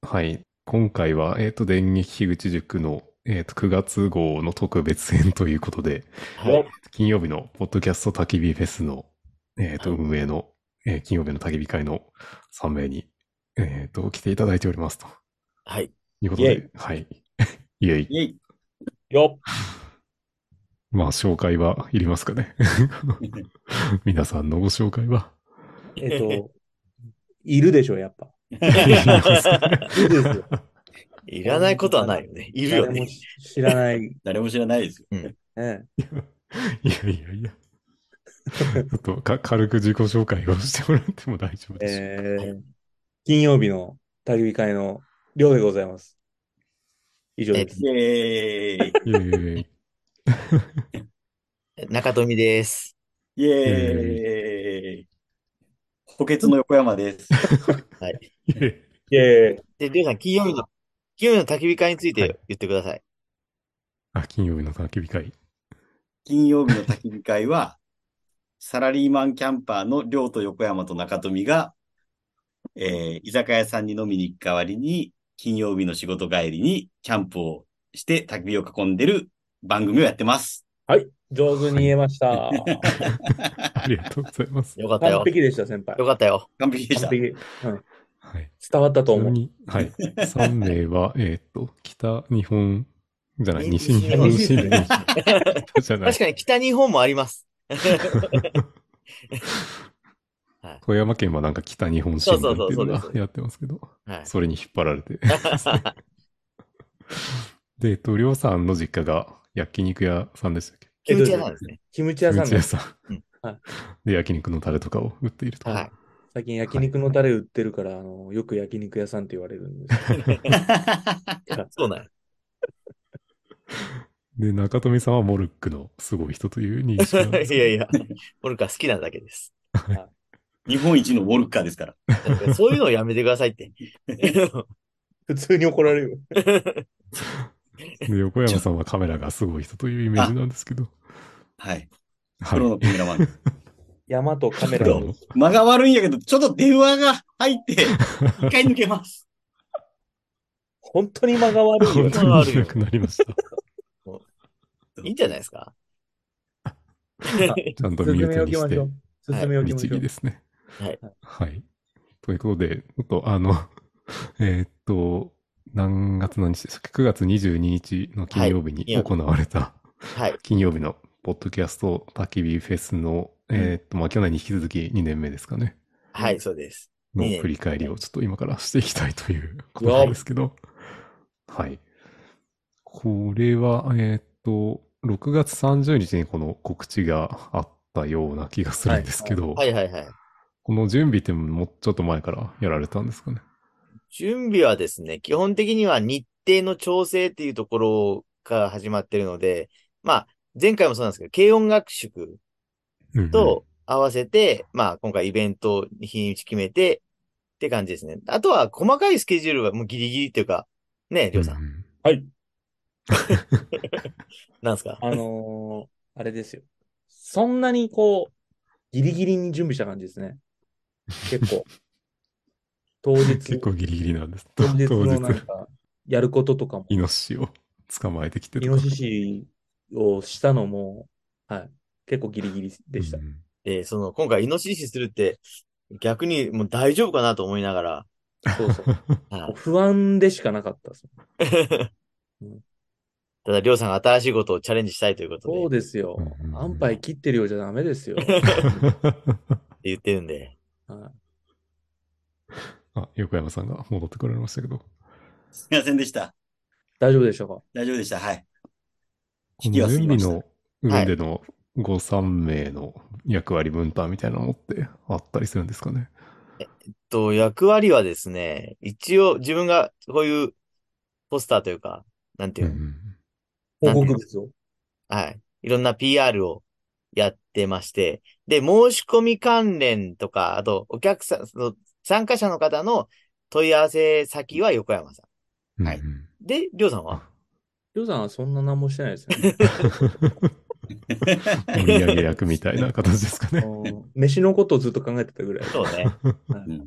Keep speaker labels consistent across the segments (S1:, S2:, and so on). S1: はい。今回は、えっ、と、電撃樋口塾の、えっ、と、9月号の特別編ということで、
S2: はい。
S1: 金曜日のポッドキャスト焚き火フェスの、えっ、と、
S2: はい
S1: 運営の、えー金曜日の焚き火会の3名に、えっ、と、来ていただいておりますと
S2: はい。
S1: いうこと
S2: イェ
S1: で、はい。 いえい。
S2: イェイ。よ
S1: まあ、紹介はいりますか ね。皆さんのご紹介は。
S3: えっと、いるでしょ、やっぱ。
S1: いります
S3: いるですよ。
S2: いらないことはないよね。いるよ
S3: 誰も
S2: ね。
S3: 知らない。
S2: 誰も知らないですよ。
S3: ね、
S1: いやいやいや。ちょっとか軽く自己紹介をしてもらっても大丈夫です。
S3: えー金曜日の焚き火会のりょうでございます。以上
S4: え
S3: です。
S2: イェーイ。
S1: いやいやいや
S4: 中富です。
S2: イェーイ。補欠の横山 です。
S1: いやい
S3: イェーイ
S4: で、りょうさん、金曜日の、金曜日の焚き火会につい
S1: は
S4: て
S1: い
S4: 言ってください。
S1: やあ、金曜日の焚き火 会。
S2: 金曜日の焚き火会は、サラリーマンキャンパーの亮と横山と中富が、えー居酒屋さんに飲みに行く代わりに、金曜日の仕事帰りにキャンプをして焚き火を囲んでる番組をやってます。
S3: 上手に言えました。
S1: ありがとうございます。
S4: よかった
S3: 完
S4: よ。
S3: 璧でした、先輩
S4: よ。かったよ。
S2: 完璧でした
S3: 完。璧。
S1: はい。
S3: 伝わったと
S1: ちなみ
S3: 思う。
S1: に、はい。3名 は、えーっと、北日本じゃない、
S4: え
S1: 西日本
S4: 西
S1: 新
S4: 日本
S1: 聞社 じゃない
S4: 確、かに北日本もあります。
S1: 富山県はなんか北日本新聞っていう
S4: そうそうそうそうで
S1: の
S4: す
S1: がやってますけど、
S4: はい。
S1: それに引っ張られて。 で、えっと、りょうさんの実家が焼肉屋さんでしたっけ
S4: キムチ屋なん ですね。
S3: キムチ屋さん
S1: キムチ
S3: で
S1: 屋
S3: す。
S1: さん。 で、焼肉のタレとかを売っていると。
S4: はい。
S3: 最近焼肉のタレ売ってるから、あの、よく焼肉屋さんって言われるんです。
S4: そうなんや
S1: で、中富さんはモルックのすごい人という認識なんですけ
S4: い
S1: ど
S4: やいや、モルカー好きなだけです。
S2: 日本一のウォルカーですから。
S4: だからそういうのをやめてくださいって。
S3: 普通に怒られるよ。
S1: で横山さんはカメラがすごい人というイメージなんですけど。
S2: はい。
S1: は
S2: プロ
S1: い。
S2: のカメラマン。
S3: 山とカメ
S1: プ
S3: ラ
S1: ロ
S3: の
S1: の
S2: 間が悪いんやけど、ちょっと電話が入 って、一回抜けます。
S3: 本当に間が悪いよ
S1: 本
S3: ね。
S1: 当にいなくなりま した。
S4: いいんじゃないですか
S1: ちゃんと
S3: 進
S1: ミュー
S3: め
S1: トに
S3: 置
S1: し
S3: きましょ
S1: て
S3: う。。進め置きまし
S1: 律
S3: ょ
S1: 儀
S3: う
S1: で。すね。
S4: はい。
S1: はい。ということで、ちょっとあの、 えーっと、何月何日でしたっけ ?9 月22日の金曜日に
S4: はい
S1: 行われた、
S4: はい。
S1: 金曜日のポッドキャスト焚き火フェスの、えーっと、まあ、去年に引き続き2年目ですかね。
S4: はい、そうです。
S1: の
S4: ええ
S1: 振り返りをちょっと今からしていきたいということなんですけど、はい。これは、えーっと、6月30日にこの告知があったような気がするんですけど、
S4: はいはいはい。
S1: この準備ってもうちょっと前からやられたんですかね。
S4: 準備はですね、基本的には日程の調整っていうところから始まってるので、まあ、前回もそうなんですけど、軽音楽宿
S1: うん
S4: と合わせて、まあ、今回イベントに日にち決めて、って感じですね。あとは、細かいスケジュールはもうギリギリっていうか、ね、りょうさん。
S1: ん。
S3: はい。
S4: なんですか
S3: あのー、あれですよ。そんなにこう、ギリギリに準備した感じですね。結 構。当日
S1: 結、構ギリギリなんです。
S3: 当
S1: 当
S3: 日
S1: 日、
S3: のなんか、やることとかも、
S1: イノシシを捕まえてきて
S3: イノシシをしたのも、はい。結構ギリギリでした
S1: う。ん
S4: で、その、今回イノシシするって、逆にもう大丈夫かなと思いながら、
S3: そうそう。
S4: はい
S3: 不安でしかなかったです。
S4: ただ、りょうさんが新しいことをチャレンジしたいということ
S3: そう
S4: で、
S3: ですよ
S1: うんうんう。ん
S3: 安牌 切ってるようじゃダメですよ。
S4: 言ってるんで、
S3: はい
S1: あ、横山さんが戻ってこられましたけど。
S2: すいませんでした。
S3: 大丈夫でしょうか
S2: 大丈夫でした。はい。
S1: こ
S2: 引き
S1: の
S2: は過
S1: 準
S2: ぎ
S1: 備
S2: ました
S1: の上での5、3名の役割分担みたいなのってあったりするんですかね。
S4: えっと、役割はですね、一応自分がこういうポスターというか、なんていうの、
S1: ん
S3: 報告物を。
S4: はい。いろんな PR をやってまして、で、申し込み関連とか、あと、お客さん、その参加者の方の問い合わせ先は横山さ
S1: うん
S2: はい
S1: うん
S4: ん。で、りょうさんは
S3: りょうさんはそんな何もしてないですよね。
S1: 盛り上げ役み たいな形ですか
S3: あ
S1: ね。
S3: のー飯のことをずっと 考えてたぐらい。
S4: そうね。
S2: うんま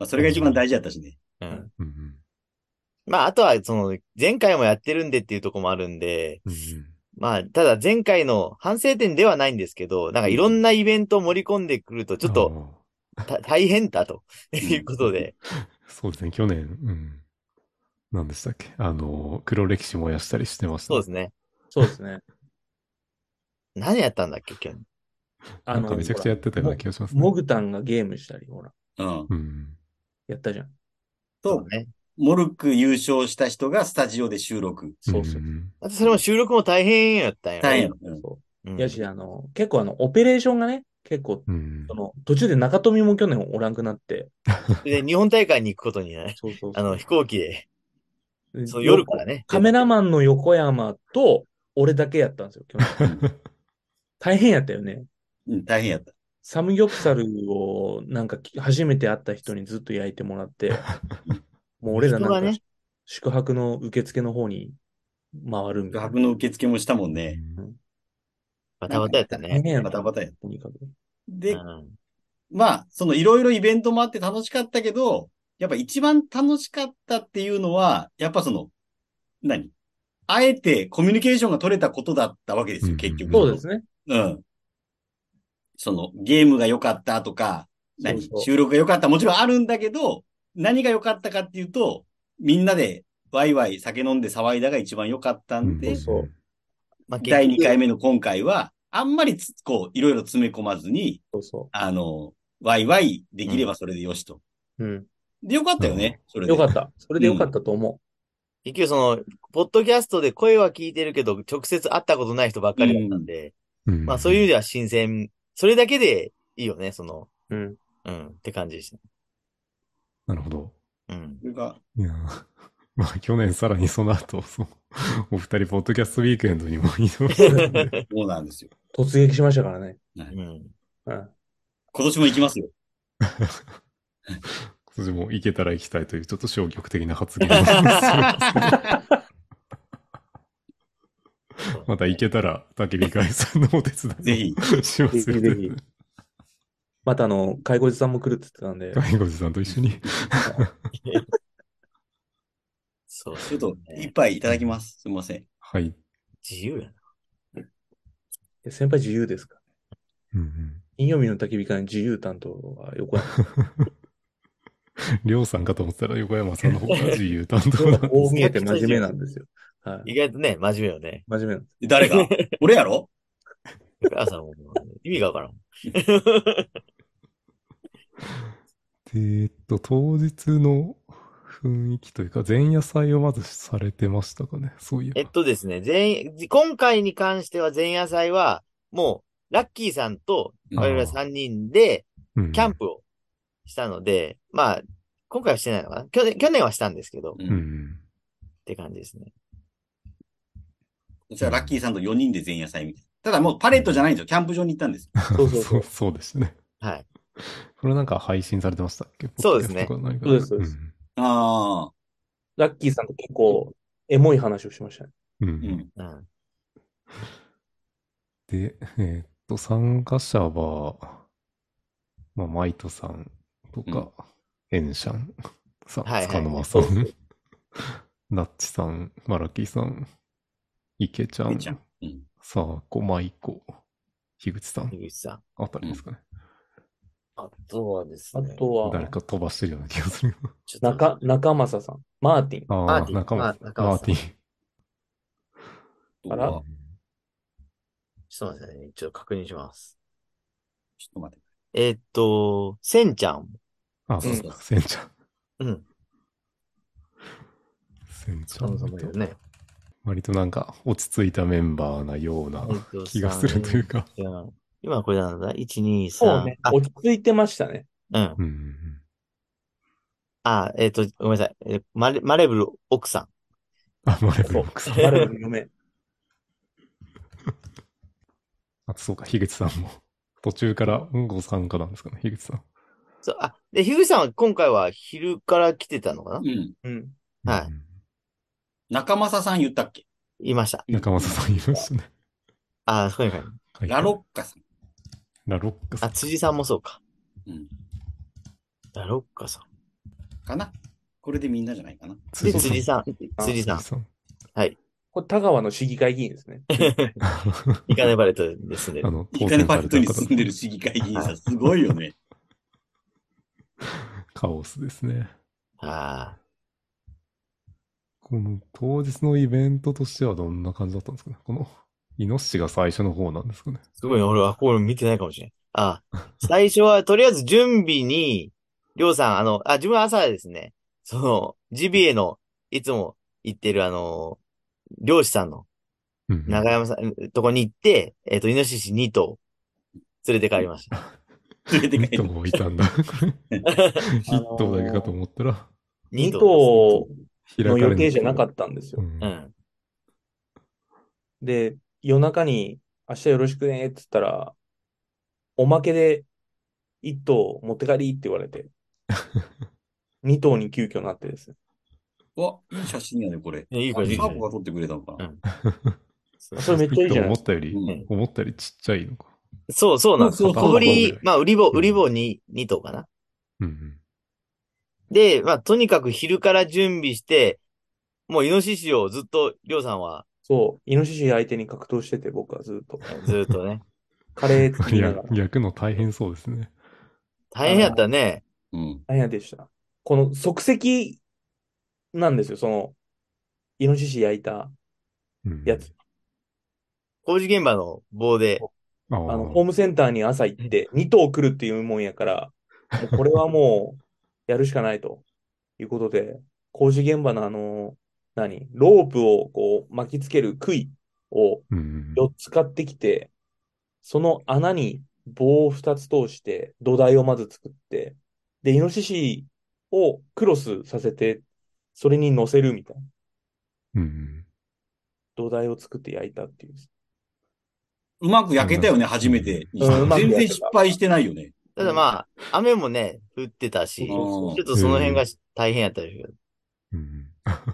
S2: あ、それが一番大事だったしね。
S4: うん。
S1: うん
S4: まあ、あとは、その、前回もやってるんでっていうところもあるんで、
S1: うん
S4: まあ、ただ前回の反省点ではないんですけど、なんかいろんなイベントを盛り込んでくると、ちょっと
S1: と。
S4: た大変だということで、
S1: そうですね、去年、うん。何でしたっけあの、黒歴史燃やしたりしてました。
S4: そうですね。
S3: そうですね。
S4: 何やったんだっけ、去年。
S3: あ
S1: なんか
S3: の、
S1: めちゃくちゃやってたような気がしますね。
S3: モグタンがゲームしたり、ほら、
S2: うん。
S1: うん。
S3: やったじゃん。
S4: そう
S2: と、
S4: ね。
S2: モルック優勝した人がスタジオで収録。
S3: そうそう。
S1: ん
S4: あと、それも収録も大変やったんよね。
S2: 大変
S3: そうそう
S4: うん
S3: やし、あの、結構あの、オペレーションがね、結構、
S1: うん
S3: その、途中で中富も去年おらんくなって、
S4: で、日本大会に行くことになる。
S3: そうそうそ
S4: あ
S3: う
S4: の、飛行機で、
S3: で
S4: そう夜からね。
S3: カメラ
S4: ン。
S3: マンの横山と、俺だけやったんですよ、去年。大変やったよね。
S2: うん、大変やった。
S3: サムギョプサルを、なんか、き初めて会った人にずっと焼いてもらって、もう俺らなん
S4: 人
S3: か、
S4: がね
S3: 宿泊の受付の方に回るみたいな。
S2: 学の受付もしたもんね。
S4: バタバタやった
S3: 大
S4: ね。
S3: 変やっ
S2: バ
S3: た
S2: タバタやった。
S3: とにかく。
S4: う
S2: で、
S4: ん。
S2: まあ、そのいろいろイベントもあって楽しかったけど、やっぱ一番楽しかったっていうのは、やっぱその、何あえてコミュニケーションが取れたことだったわけです
S1: う
S2: よ、
S1: ん
S2: 結局。
S3: そうですね。
S2: うん。その、ゲームが良かったとか、何
S3: そうそう
S2: 収録が良かった、もちろんあるんだけど、何が良かったかっていうと、みんなでワイワイ酒飲んで騒いだが一番良かったんで、
S1: うん
S3: そう
S4: まあ、結
S2: 第
S4: 局
S2: 2回目の今回は、あんまりつこう、いろいろ詰め込まずに、
S3: そうそ
S2: あの、ワイワイできればそれでよしと。
S3: う。うん。
S2: で、よかったよね、それで。
S3: よかった。それでよかったと思う。
S4: 結局その、ポッドキャストで声は聞いてるけど、直接会ったことない人ばっかりだったんで、
S1: うん
S4: まあそういう意味では新鮮、それだけでいいよね、その、
S3: うん。
S4: うん、って感じでし
S1: なるほど。
S4: た。うん。
S2: それが
S1: いやー まあ去年さらにその後、そうお二人、ポッドキャストウィークエンドにも移動したん で。
S2: そうなんですよ。
S3: 突撃しましたからね。
S4: うん。
S3: うん。
S2: 今年も行きますよ。
S1: 今年も行けたら行きたいという、ちょっと消極的な発言をして ますけどまた行けたら、竹火会さんのお手伝い
S2: ぜひ。
S1: をしますよ。
S3: ぜひぜひまたあの、介護士さんも来るって言ってたんで、
S1: 介護士さんと一緒 に。
S4: そう。
S2: ちょっと、一杯いただきます。すみません。
S1: はい。
S4: 自由やな。
S3: 先輩自由ですか
S1: うんうん
S3: 金曜日の焚き火会の自由担当は横山。
S1: りょうさんかと思ったら横山さんの方が自由担当なんで
S3: こう
S1: す。
S3: 見えて真面目なんですよ。はい。
S4: 意外とね、真面目よね。
S3: 真面目なんです。
S2: 誰 が俺やろ
S4: 朝も意味がわからん。
S1: で えっと、当日の雰囲気というか、前夜祭をまずされてましたかね。そうい
S4: え
S1: え
S4: っとですね、前、今回に関しては前夜祭は、もう、ラッキーさんと我々3人で
S1: ば。
S4: キャンプをしたので、まあ、今回はしてないのかな去年、去年はしたんですけど、っ
S2: う。
S1: うんうんん。
S4: て感じですね。
S2: じゃあ、ラッキーさんと4人で前夜祭みたいな。ただもうパレットじゃないんですよ。キャンプ場に行ったんです。
S3: そうそうそう
S1: そうでしたね。
S4: はい。
S1: これなんか配信されてましたっけ
S4: そうですね
S1: ポッドキャストか何か
S3: そうですそうです
S2: ああ。
S3: ラッキーさんと結構、エモい話をしましたね。
S1: うんう
S2: うんん。
S4: うん。
S1: で、えーっと、参加者は、まあ、マイトさんとか、エンシャンさん、
S4: はいはい
S1: 塚沼さん
S4: そうそ、
S1: ナッチさん、マラキーさん、池ちゃ
S2: い
S1: ん、
S2: いじゃん。うん。
S1: さあこ、マイコ、樋口さん
S4: 樋口さん。
S1: あたりですかね。
S4: あとはです
S3: あ
S4: ね。
S3: と
S1: 誰
S3: は、
S1: か飛ばしてるような気がする。
S4: ちょっと
S3: 中、中正さん、マーティン。
S1: あ
S4: マー
S1: あ、
S4: ティン
S1: 仲間、
S4: あ中
S1: マ
S4: 間
S1: ー
S4: さん
S1: ティン。
S2: あ
S3: あら
S2: ちょっ
S4: ちょっと待ってね。ちょっと確認します。
S2: と待って。
S4: えーっと、せんちゃん。
S1: あ、そう
S2: そう
S1: か、センちゃん。
S4: うん。
S1: センち
S4: そ
S1: ゃ
S4: も
S1: ん
S4: そ
S1: だ
S4: もよ
S1: と、
S4: ね。
S1: 割となんか落ち着いたメンバーなような
S4: 本当
S1: 気がするというか。
S4: いや今これなんだ ?1、2、3。
S3: そうね。
S4: あ、
S3: 落ち着いてましたね。
S4: うん。
S1: うん。
S4: あ、えっ、と、ごめんなさい。えーマレ、マレブル奥さん。
S1: あ、マレブロックさん。
S3: マルの嫁。
S1: あ、そうか、樋口さんも。途中からご参加なんですかね、樋口さん。
S4: そう、あ、で、樋口さんは今回は昼から来てたのかな
S2: うん。
S3: うん。
S4: はい
S1: い。
S2: 中正さん言ったっけ
S4: いました。
S1: 中正さんいましたね。
S4: あ、そうか。
S1: はい
S2: ラロッカさん。
S1: ラロッカさ
S4: あ、
S1: ん。
S4: 辻さんもそうか。
S2: うん。
S4: ラロッカさん。
S2: かなこれでみんなじゃないかな。
S4: で、
S1: 辻
S4: 辻さん、
S3: あ
S4: 辻さん、
S1: さん。
S3: これ、田川の市議会議員ですね。
S4: イカネバレットに住んで
S1: あ
S4: る。
S1: の、
S2: イカネパレットに
S1: 当選さ
S2: 住
S1: れ
S2: んでる市議会議員さん、すごいよね。
S1: た方カオスですね。
S4: ああ。
S1: この当日のイベントとしてはどんな感じだったんですかねこの、イノシシが最初の方なんですかね
S4: すごいね。俺はこれ見てないかもしれない。ああ最初は、とりあえず準備に、りょうさん、あの、あ、自分は朝ですね、その、ジビエの、いつも行ってる、あの、漁師さんの、
S1: うん
S4: 長山さん、とこに行って、えっと、イノシシ2頭、連れて帰りました。
S2: 連れて帰
S1: ヒ
S2: っ
S1: ット
S2: て。
S1: もいた んだ。ヒットだけかと思ったら、
S3: 二
S4: 頭
S1: 開
S3: 頭
S4: で
S1: か
S3: の
S1: れ
S3: 予定じゃなか
S1: っ
S3: ったんです
S1: たう
S3: よ。
S1: ん
S4: すね。うん。
S3: で、夜中に、明日よろしくね、って言ったら、おまけで、一頭持って帰りって言わ れて、二頭に急遽なってですね。
S2: わ、いい写真やね、これ。
S4: いい
S2: あ
S4: 感じ。
S2: サーボが撮ってくれたのかな。
S3: それめっちゃいいじゃない
S1: 思ったより、
S2: うん
S4: うん
S1: 思ったよりちっちゃいのか。
S4: そう、そうなんです
S2: そ
S4: よ。
S2: うそう
S4: 小ぶり
S1: そう、
S4: まあ、売り棒、売り棒に2頭かな。
S1: うん
S4: で、まあ、とにかく昼から準備して、もうイノシシをずっと、りょうさんは、
S3: そう、イノシシ相手に格闘してて、僕は ずっと、
S4: ずっと ね、
S3: カレ
S1: う
S3: ー
S1: ん。こ
S3: 作
S1: れ
S3: りな
S1: や
S3: がら、
S1: 焼くの大変そうですね。
S4: 大変やったね。
S2: うん。
S3: 大変でした。この即席なんですよ、その、イノシシ焼いた
S1: うん
S3: やつ。。
S4: 工事現場の棒で、
S1: ああ
S3: あの、ホームセンターに朝行って、2頭来るっていうもんやから、もうこれはもう、 やるしかないということで、工事現場のあの、何ロープをこう巻きつける杭を
S1: うん
S3: 4つ買ってきて、その穴に棒を2つ通して、土台をまず作って、で、イノシシをクロスさせて、それに乗せるみたいな。
S1: うん。
S3: 土台を作って焼いたっていう。
S2: うまく焼けたよね、初めて。
S3: うんうまく
S2: 全
S3: 焼け
S2: 然
S3: た
S2: 失敗してないよね。
S4: ただまあ、雨もね、降ってたし、ち
S2: う
S4: ょ
S2: ん
S4: っとその辺がし大変やったでしょ。
S1: うん。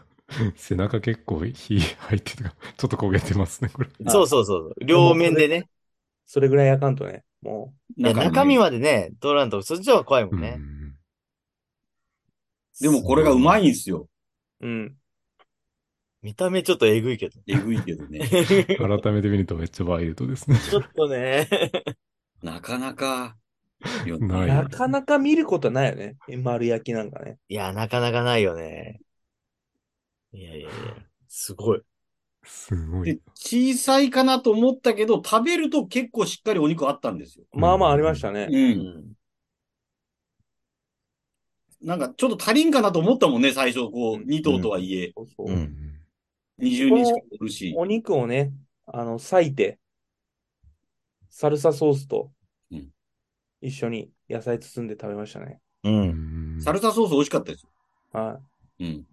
S1: 背中結構火入ってとか、ちょっと焦げてますね、これ。
S3: ん
S4: そうそうそう。両面でね。
S3: それぐらい焼かんとね、も
S4: いや、中身
S2: は。
S4: までね、通らんと、そっちは怖いもんね
S1: う。ん
S2: でもこれがうまいんすよ。
S3: う、うん。
S4: 見た目ちょっとえぐいけど。
S2: えぐいけどね。
S1: 改めて見るとめっちゃワイルドですね。
S4: ちょっとね、
S2: なかなか。よ
S1: ない
S3: なかなか見ることないよね。丸焼きなんかね。
S4: いや、なかなかないよね。いやいやいや、すごい。
S1: すご
S2: で
S1: い。
S2: 小さいかなと思ったけど、食べると結構しっかりお肉あったんですよ。
S3: まあまあありましたね。
S4: う
S2: うん。
S4: ん。
S2: なんかちょっと足りんかなと思ったもんね、最初、こ
S3: う
S2: う、
S3: ん
S2: 2頭とはいえ、
S3: そうそう
S4: う
S1: うんん
S2: 20人しかおるし。
S3: お肉をね、あの、裂いて、サルサソースと
S2: うん
S3: 一緒に野菜包んで食べましたね。
S4: う。
S1: うんん
S2: サルサソース美味しかったですよ。
S3: は
S2: うん。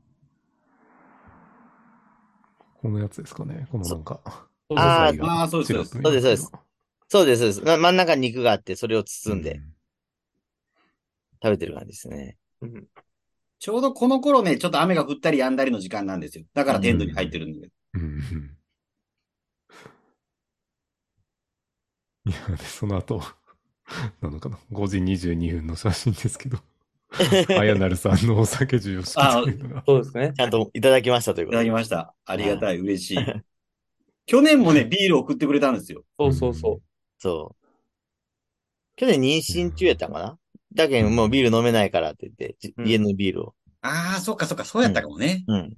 S1: このやつですかね。このなんか。
S3: い。
S4: あー
S2: あーそうです
S1: チラッと見
S4: そうですそう
S1: え
S4: ですそうです、そうです。な真ん中に肉があって、それを包んで。食べてる感じですね。
S3: うん
S2: ちょうどこの頃ね、ちょっと雨が降ったり止んだりの時間なんですよ。だからテントに入ってるんだけど。
S1: うんうんいや、で、その後、なのかな。5時22分の写真ですけど、あやなるさんのお酒需要式というのが。
S3: そうですね。
S4: ちゃんといただきましたという
S2: い
S4: こ
S2: た
S4: と
S2: だ
S4: で
S2: き。ました。ありがたい、嬉しい。去年もね、 ビール送ってくれたんですよ。
S3: そうそうそ
S4: そう。去年妊娠中やったんかなだけどもうビール飲めないからって言って、じ
S3: うん
S4: 家のビールを。
S2: ああ、そっかそっか、そうやったかもね。
S4: うん。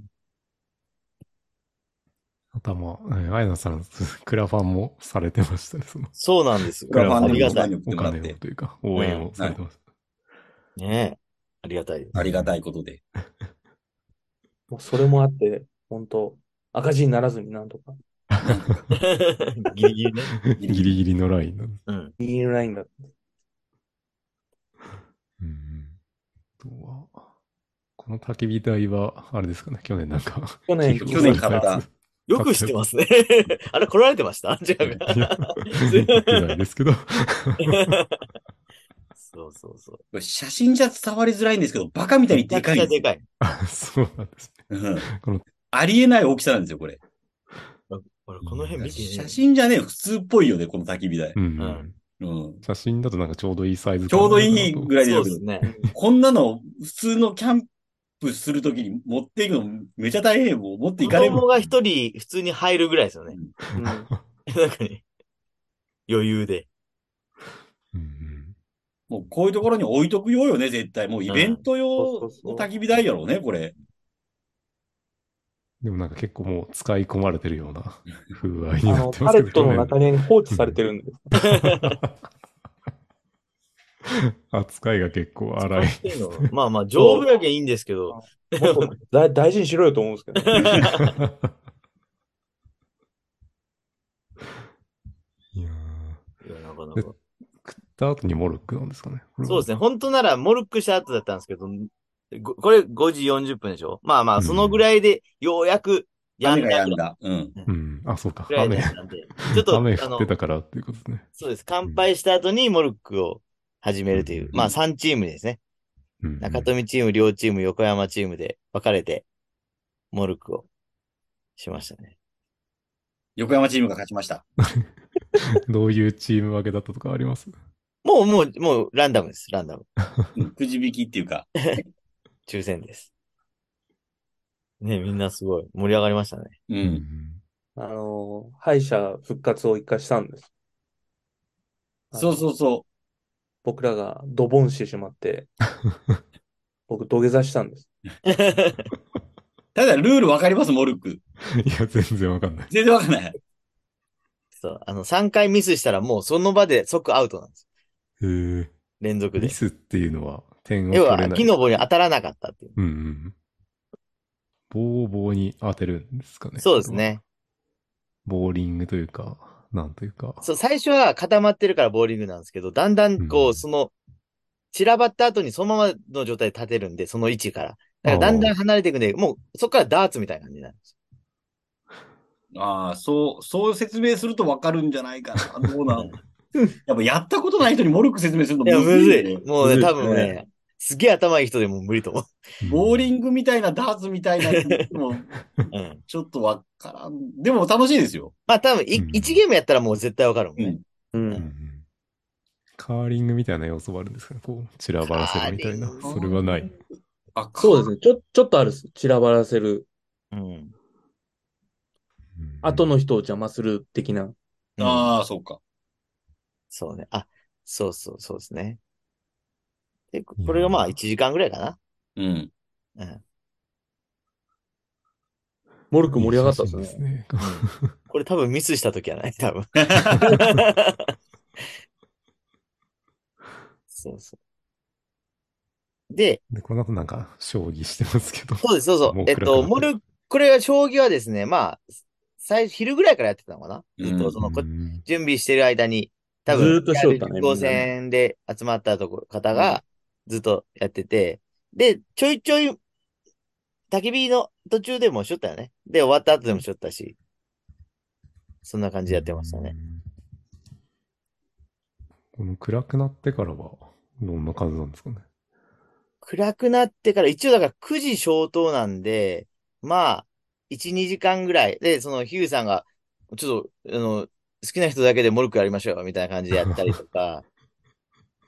S1: あとはまあ、えーあやなさん、クラファンもされてましたね。その
S4: そうなんですよ。
S2: クラファン
S4: あ
S2: で
S4: り
S2: も
S4: が
S2: お
S4: た
S2: 金
S4: い。
S2: に送っ
S1: お
S2: てもらっ
S1: 金を
S2: て。
S1: というか、応援をされてまし
S4: ねえ。ありがた いです。
S2: ありがたいことで。
S3: う。もうそれもあって、本当赤字にならずになんとか、
S4: ギリギリね。
S1: た。 ギリギリのラインなんです
S4: うん。
S3: ビールラインだった。
S1: うん。あとは、この焚き火台は、あれですかね、去年なんか
S3: 去年
S1: 寄付
S2: 去年
S1: さ
S2: 買
S1: れ
S2: った
S1: や つ。
S4: よく知ってますね。あれ来られてましたじゃ
S1: いや
S4: あ。
S1: 言ってないですけど。
S4: そうそうそう。
S2: これ写真じゃ伝わりづらいんですけど、バカみたいにでかいん
S4: め
S2: で
S4: ちゃく
S2: す
S4: ちゃ
S2: よ
S1: あ そう
S4: でかい。
S1: なんですね。
S2: うん
S1: この
S2: ありえない大きさなんですよ、これ。
S4: 俺、この辺見てね。
S2: 写真じゃねえ、普通っぽいよね、この焚き火台
S1: う。ん。
S4: ん
S2: うん。
S1: 写真だとなんかちょうどいいサイズ
S2: ちょうどいいぐ
S1: らい。
S2: らいで
S4: そう
S2: よ
S4: ですね。
S2: こんなの、普通のキャンプするときに持っていくのめちゃ大変もう持ってい
S4: 子
S2: かれる。
S4: 供が一人普通に入るぐらいですよね。
S3: うん
S4: なんかね、余裕で。
S1: うんうん
S2: もうこういうところに置いとくようよね、絶対。もうイベント用
S3: そうそうそう
S2: の焚き火台やろうね、これ。
S1: でもなんか結構もう使い込まれてるような風合いに
S3: あ
S1: な
S3: の、
S1: ってま
S3: パ
S1: す
S3: レ
S1: け
S3: ット
S1: ど、
S3: の中に放置されてるん です。
S1: 扱いが結構荒い。
S4: 使ってんのまあまあ、丈夫だけいいんですけ ど、
S3: もっと大大事にしろよと思うんですけどね。
S1: いや
S4: いやなかなか
S1: ー食った後にモルックなんですかね。。
S4: そうですすね。本当なら、モルックした後だったんですけど、ごこれ5時40分でしょまあまあ、そのぐらいで、ようやく、や
S2: 雨が
S4: んだ
S2: 止
S4: ぐ
S2: んだ。うん。
S1: うん。あ、そうか。
S4: らい
S1: 雨
S4: だっ、たんで、ちょっと、
S1: 雨
S4: あ
S1: 降っ
S4: の
S1: て、たからっていうことですね。
S4: そうです。乾杯した後にモルックを始めるという
S1: う、ん
S4: まあ3チームです
S1: うん
S4: ね。
S1: うん
S4: 中富チーム、両チーム、横山チームで分かれて、モルックをしましたね。
S2: 横山チームが勝ちました。
S1: どういうチーム分けだったとかあります
S4: もう、もう、もう、ランダムです。ランダム。
S2: うんくじ引きっていうか。
S4: 抽選です。ね、みんなすごい盛り上がりましたね。
S2: う。
S1: うん
S3: あの、敗者復活を一回したんです。
S2: そうそうそ
S3: 僕らがドボンしてしま って、僕土下座したんです。
S2: う。ただ、ルールわかります、モルック。
S1: いや、全然わかんない。
S2: 全然わかんない。
S4: そう、あの、3回ミスしたらもうその場で即アウトなんです。
S1: へー
S4: 連続で
S1: ミ。スっていうのは点を
S4: 要
S1: 取
S4: は
S1: れ、ない。
S4: 木の棒に当たらなかったっていう。
S1: うんうん。棒を棒に当てるんですかね。
S4: そうです。ね。
S1: ボーリングというか、なんというか。
S4: そう、最初は固まってるからボーリングなんですけど、だんだんこ
S1: う
S4: う、
S1: ん
S4: その、散らばった後にそのままの状態で立てるんで、その位置から。だからだんだん離れていくんで、もうそこからダーツみたいな感じになるんです。
S2: ああ、そう、そう説明するとわかるんじゃないかな。どうなのやっぱやったことない人にモルック説明するの
S4: いや、
S2: む
S4: む
S2: ず
S4: ず
S2: いね、
S4: い。もうね、
S2: むずい
S4: 多分。ね、すげえ頭いい人でも無理と思う。
S2: ボー
S1: ン
S2: リングみたいな、ダーツみたいなやつでも、
S4: うん。
S2: ちょっとわからん。でも楽しいですよ。
S4: まあ多分い、
S1: うん
S4: 1ゲームやったらもう絶対わかるもん
S2: う
S4: ね。
S2: ん。
S3: う
S1: グうん
S3: ん。
S1: うん。カーリングみたいな要素はあるんですかね。こう、散らばらせるみたいな
S4: カーリン。グ
S1: それはない。
S2: あ、
S3: そうですね。ちょ、ちょっとあるです。散らばらせる。
S4: うん。
S1: うん
S3: 後。の人を邪魔する的な。
S4: うん
S2: ああ、そうか。
S4: そうね。あ、そうそう、そうですね。で、ここれがまあ1時間ぐらいか
S2: うん。
S4: な。うん。
S3: モルック盛り上がったんです
S1: いい
S3: ね
S1: 写。真ですね。
S4: これ多分ミスした時は ない、多分。そうそう。で、
S1: で、この後なんか、将棋してますけど。
S4: そうです、そうそう
S1: も。う
S4: えっ
S1: 暗くなって
S4: と、
S1: る
S4: モル、これは将棋はですね、まあ、最初、昼ぐらいからやってたのかなずっ
S2: う
S4: と、
S2: ん
S4: その、こ
S1: うん
S4: 準備してる間に、多
S3: ず
S4: 分、
S3: ーっとしよったね
S4: 実行戦で集まったとこ、方が、ずっとやってて、で、ちょいちょい、焚き火の途中でもしよったよね。で、終わった後でもしよったし、そんな感じでやってましたね。。
S1: この暗くなってからは、どんな感じなんですかね。
S4: 暗くなってから、一応だから9時消灯なんで、まあ、1、2時間ぐらい。で、そのヒューさんが、ちょっと、あの、好きな人だけでモルックやりましょうよ、みたいな感じでやったりと か。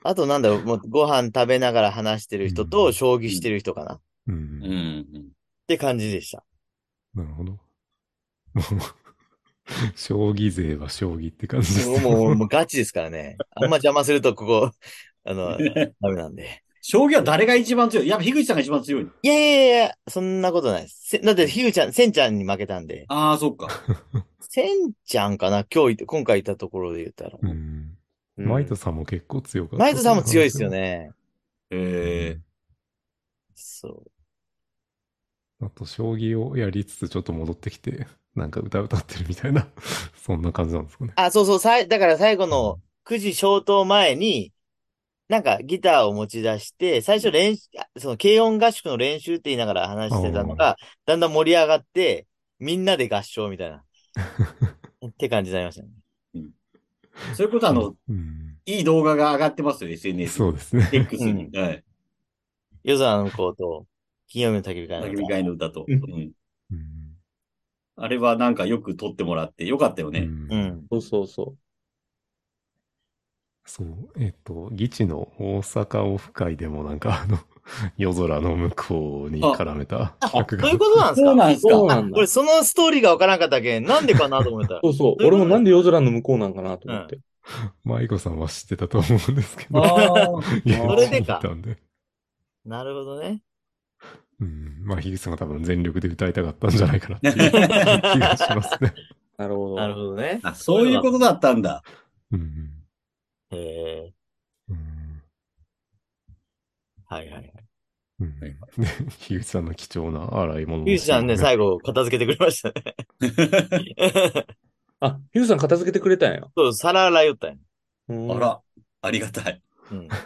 S4: あと、なんだろう、もうご飯食べながら話してる人
S1: う
S4: と、
S1: ん
S4: 将棋してる人かな。っ
S1: うん。
S2: うんうん。
S4: て感じでした。
S1: なるほど。も う、将棋勢は将棋って感じです
S4: もう、
S1: ね。
S4: もう、もうガチですからね。あんま邪魔すると、ここ、あの、ダメなんで。
S2: 将棋は誰が一番強いやっぱ樋口さんが一番強い。
S4: いやいやいやいや、そんなことないです。せだって、ヒューちゃん、センちゃんに負けたんで。
S2: ああ、そうか。
S4: センちゃんかな今日いて、今回いたところで言ったら。
S1: うん。
S3: うん
S1: マイトさんも結構強かった。
S4: ナイトさんも強いですよ。ね。
S2: え
S4: そ
S1: あと、将棋をやりつつ、ちょっと戻ってきて、なんか歌歌ってるみたいな、 そんな感じなんですかね
S4: う。。あ、そうそう、さい、だから最後の9時消灯前に、なんかギターを持ち出して、最初練習、あその軽音合宿の練習って言いながら話してたのが、だんだん盛り上がって、みんなで合唱みた いな。って感じになりましたね。
S2: えそういうことはあの、
S1: うん、
S2: いい動画が上がってますよ、SNS。
S1: そうですね。
S2: X に。はい。
S4: 夜空の子と、金曜日の焚き火会の
S2: 焚
S4: 歌
S2: き火会の歌と。
S3: う
S2: うんん。
S1: うん
S2: あれはなんかよく撮ってもらってよかったよね。
S4: うん。
S3: そうそうそ
S1: そう、えっと、議地の大阪オフ会でもなんかあの、 夜空の向こうに絡めた
S4: そ
S1: 企
S4: う
S1: 画
S4: い
S1: が
S4: うことなんですか
S2: そうなんですか
S3: そうなんだ
S4: これ、そのストーリーがわからんかったけん、なんでかなと思ったら。
S3: そうそう。俺もなんで夜空の向こうなんかなと思って。
S1: 舞子さんは知ってたと思うんですけど、
S2: ああ。
S1: いや
S2: それ
S4: でか
S1: 聞いたんで。
S4: なるほどね。
S1: うん。まあ、樋口さんが多分全力で歌いたかったんじゃないかなっていう気がしますね。
S3: なるほど。
S4: なるほどね。
S2: あ、そういうことだったんだ。
S1: うん。
S4: へえ。
S1: うん。
S4: はいはいはい。
S1: うん。
S2: はい
S1: で、樋口さんの貴重な洗い物の
S4: ゆうちさん
S1: シーンが
S4: ね、最後、片付けてくれましたね。
S3: あ、ヒューさん片付けてくれたんや。
S4: そう、皿洗いよったんや。
S2: あ
S3: うん
S2: ら、ありがたい。
S4: うん。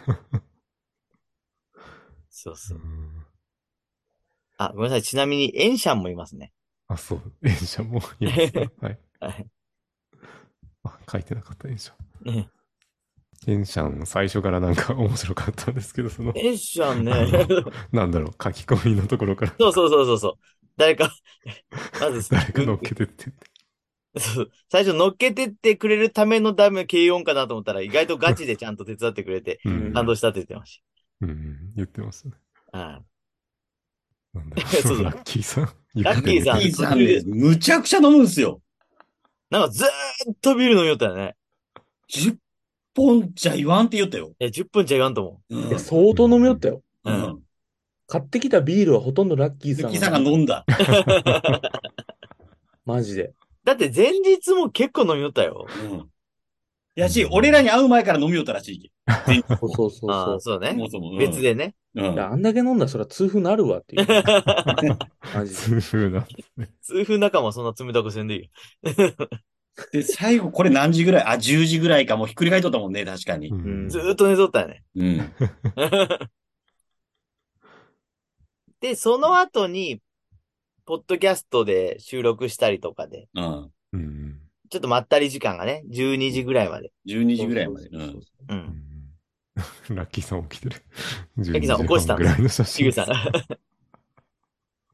S4: そうそうう。
S1: ん
S4: あ、ごめんなさい。ちなみに、エンシャンもいますね。
S1: あ、そう。演者もいますね。はい。
S4: はい。
S1: あ、書いてなかった演者。
S4: ね
S1: エンシャン、最初からなんか面白かったんですけど、その、
S4: エンシャンね。
S1: なんだろう、書き込みのところから
S4: そうそうそうそうそう。誰か、まず、
S1: 誰か乗っけてって。
S4: そう最初乗っけてってくれるためのダメの軽音かなと思ったら、意外とガチでちゃんと手伝ってくれて、
S1: うん
S4: 感動したって言ってまし
S1: うん、言ってますね。
S4: た。は
S1: なんだろ
S4: そうそう
S1: ラッキーさん。
S4: ラッキーさん
S2: いいさんで、むちゃくちゃ飲むんですよ。
S4: い。なんかずーっとビール飲みよったよね。
S2: 10本じゃ言わんって言ったよ。
S4: いや、10分じゃ言わんと思
S2: うん
S3: いや、相当飲みよったよ。
S4: う。うん。
S3: 買ってきたビールはほとんどラッキーさ
S2: 鈴
S3: ん
S2: 木さんが飲んだ。
S3: マジで。
S4: だって前日も結構飲みよったよ。
S2: うん。やし、俺らに会う前から飲みよったらしいけ。
S3: そうそうそうそ
S4: ああ、そう
S2: そ
S4: ね
S2: も。そも。うん
S4: 別。でね。
S2: う
S3: う。いや、
S2: ん。
S3: あんだけ飲んだらそりゃ痛風なるわ っていう。マジ
S1: 痛
S3: で。
S1: 風な。
S4: 痛風仲間そんな冷たくせんでいいよ。
S2: で、最後これ何時ぐらいあ、10時ぐらいか。もうひっくり返っとったもんね、確かに
S1: う。ん
S4: ずーっと寝とったよね。
S2: うん。
S4: で、その後に、ポッドキャストで収録したりとかで、
S2: うん。
S1: うん。
S4: ちょっとまったり時間がね、12時ぐらいまで。
S2: 12時ぐらいまで。うん。
S4: うん。
S1: ラッキーさん起きてる。
S4: ラッキーさん起こしたん
S1: ぐ
S4: だ
S1: らいの写
S4: ち
S1: 真
S4: ぐ
S1: で
S4: さ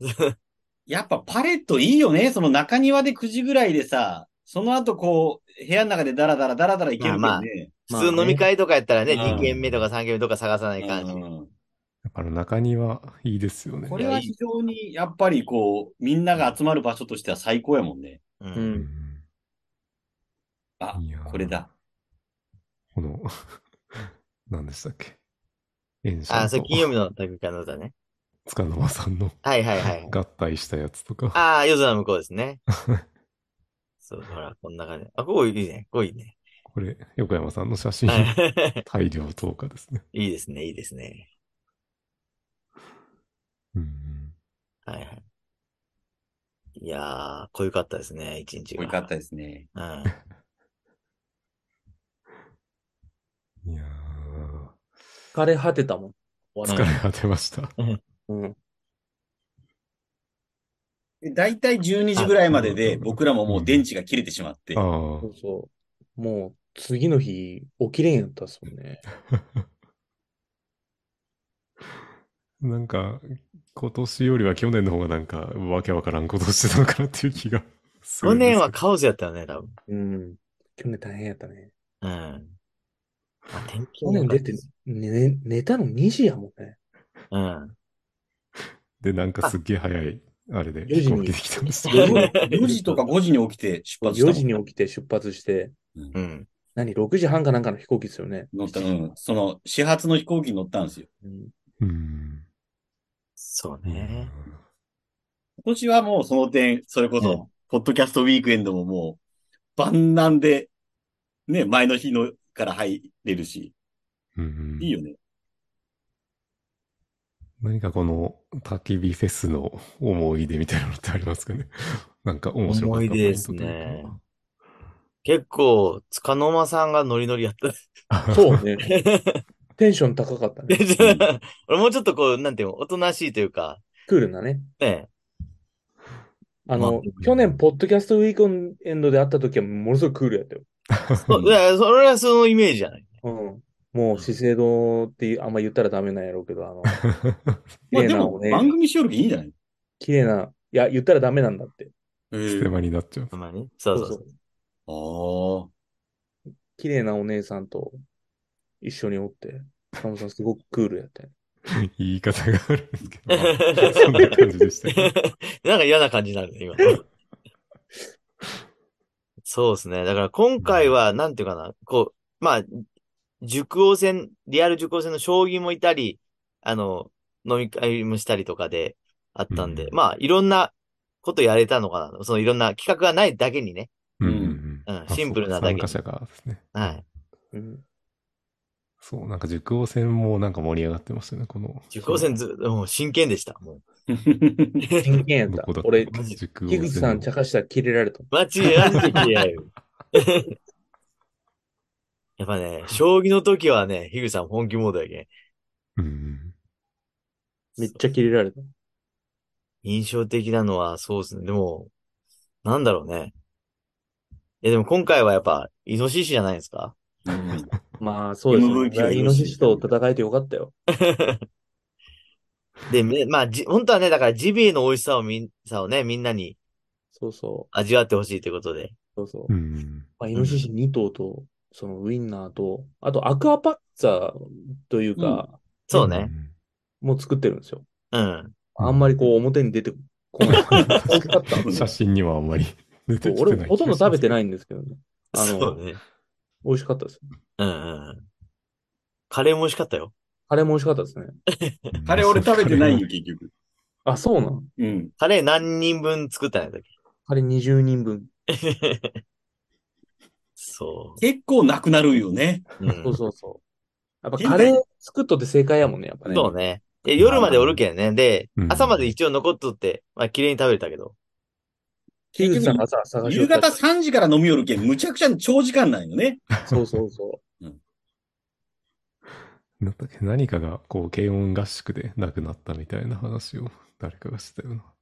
S1: す。
S4: ん。
S2: やっぱパレットいいよね。その中庭で9時ぐらいでさ、その後こう、部屋の中でダラダラダラダラいけるけ
S4: ま
S2: ど
S4: あ
S2: ね。
S4: 普通飲み会とかやったらね、
S2: まあね
S4: 2軒目とか3軒目とか探さない感じ。
S2: うん
S1: だから中庭いいですよね
S2: こ。れは非常にやっぱりこう、みんなが集まる場所としては最高やもんね。
S4: う。
S3: うん。
S1: うんん
S2: あ
S1: いや、ー
S2: これだ。
S1: この、 何でしたっけ。エンシャ
S4: あ、
S1: ン
S4: それ
S1: と
S4: 金曜日の卓会の歌ね。
S1: つかの間さんの
S4: はいはいはい。
S1: 合体したやつとか。
S4: ああ、夜空向こうですね。そう、ほら、こんな感じ。あ、ここいいね。ここいいね。
S1: これ、横山さんの写真。
S4: は
S1: 大量投下ですね。
S4: い いいですね、いいですね。
S1: うん。
S4: はいはい。いやー、濃ゆかったですね、一日
S2: こ
S4: が。
S2: れかったですね。
S4: うん。
S1: いや
S3: 疲れ果てたもん。
S1: ー、疲れ果てました。
S3: うん。
S2: だいたい12時ぐらいまで
S1: あ
S2: で、
S1: うん
S2: 僕らももう電池が切れてしまって。
S1: あ
S3: そうそう。もう、次の日、起きれんやったっすもんね。
S1: あ。なんか、今年よりは去年の方がなんか、わけわからんことをしてたのかなっていう気がする
S4: 去
S1: んです
S4: 年
S1: けど。
S4: はカオスやったよね、多
S3: う
S4: 分。
S3: ん。去年大変やったね。
S4: うん。あ、天気
S3: 去
S4: も良
S3: 年
S4: かっ
S3: 出
S4: た
S3: て、ね、寝たの2時やもんね。
S4: うん。
S1: で、なんかすっげえ早い、あれで
S3: 4
S1: 飛
S3: 時
S1: 行
S3: に
S1: 機できたんですよ。
S2: 4時とか5時に起きて出発したも
S3: 4
S2: ん。
S3: 時に起きて出発して、
S4: うん。
S3: 何、6時半かなんかの飛行機ですよね。
S2: 乗った、うん。その、始発の飛行機に乗ったんですよ。
S3: うん。
S1: うん。
S4: そうね。
S2: 今年はもうその点、それこ
S4: うん
S2: そ、ポッドキャストウィークエンドももう、万難で、ね、前の日のから入れるし、
S1: うん
S2: いいよね。
S1: 何かこの焚き火フェスの思い出みたいなのってありますかね。 なんか面白かった
S4: 思い出ですね結構、つかの間さんがノリノリやった。
S1: ポイントというか。
S3: そうね。テンション高かった ね。
S4: 俺もうちょっとこう、なんていうの、おとなしいというか、
S3: クールなね。
S4: ね。
S3: あ
S4: ま
S3: の
S4: あ、
S3: 去年、ポッドキャストウィークエンドで会った時は、ものすごいクールやったよ。
S4: そういや、それはそのイメージじゃない。
S3: うん。もう、資生堂ってあんま言ったらダメなんやろうけど、あ の、綺
S2: まあ
S3: 麗
S2: で
S3: な
S2: も
S3: お、ね、
S2: 番組しよるきいいんじゃない
S3: 綺麗な、いや、言ったらダメなんだって。
S1: ステマになっちゃう。
S4: ほんまに。そうそうそう。
S2: ああ。
S3: 綺麗なお姉さんと、一緒におって、坂本さんすごくクールやって。
S1: 言い方があるんですけど、まあそんな感じでしたよ。
S4: なんか嫌な感じになるね、今。そうですね。だから今回は、なんていうかな、こう、まあ、塾王戦、リアル塾王戦の将棋もいたり、あの、飲み会もしたりとかであったんで、
S1: うん
S4: まあ、いろんなことやれたのかな。そのいろんな企画がないだけにね。
S1: うんうん
S4: う
S1: うんんあ
S4: シンプルなだけに
S1: そうか参加者がですね。
S4: はい。
S3: うん。
S1: そう、なんか塾王戦もなんか盛り上がってましたね、この。
S4: 塾王戦ず、もう真剣でした。もう。
S3: 真剣やっ
S1: どこだ
S3: た。
S1: っ
S3: 俺、
S1: け塾王
S3: 樋
S1: 戦の
S3: 口さん茶化したらキレられた。
S4: マジで、マジで嫌いよ。 やっぱね、将棋の時はね、ヒグさん本気モードやけん。
S1: うんうん。
S3: めっちゃキレられた。
S4: 印象的なのは、そうですね。でも、なんだろうね。いや、でも今回はやっぱ、イノシシじゃないですか
S3: まあ、そうですね。
S2: MVP
S3: 俺はイノシシと戦えてよかったよ。
S4: で、めまあ、じ、本当はね、だからジビエの美味しさをみん、さをね、みんなに
S3: そうそう。
S4: 味わってほしいということで。
S3: そうそう
S1: う。ん
S3: まあ、イノシシ2頭と、そのウインナーと、あとアクアパッツァというか、
S4: そう
S1: う
S4: ね。
S1: ん。
S3: もう作ってるんですよ。
S4: うん。
S1: うん
S3: あんまりこう表に出てこない。大きかった
S1: 写真にはあんまり 出てきてない。
S3: 俺ほとんど食 べてないんですけどね。あ
S4: そう
S3: の、
S4: ね。
S3: 美味しかったです。
S4: うんうんうん。カレーも美味しかったよ。
S3: カレーも美味しかったですね。
S1: うん。
S2: あれ俺食べてないよ、結局。
S3: あ、そうなん。
S2: うん。
S4: カレー何人分作ったんやったっ
S3: カレー20人分。
S4: けそ
S2: 結構なくなるよね。
S4: う。うん
S3: そうそうそう。やっぱカレー作っとって正解やもんね、やっぱね。
S4: そうね。で、夜までおるけんね。で
S1: う、ん
S4: 朝まで一応残っとって、まあ、綺麗に食べれたけど。
S3: 樋口さんが朝探しよ
S2: 夕
S3: ったや
S2: 方
S3: つ
S2: 3時から飲みよるけん、むちゃくちゃ長時間なんよね。
S3: そうそうそ
S1: なんだっけ何かが、こう、軽音合宿でなくなったみたいな話を誰かがしてたよな。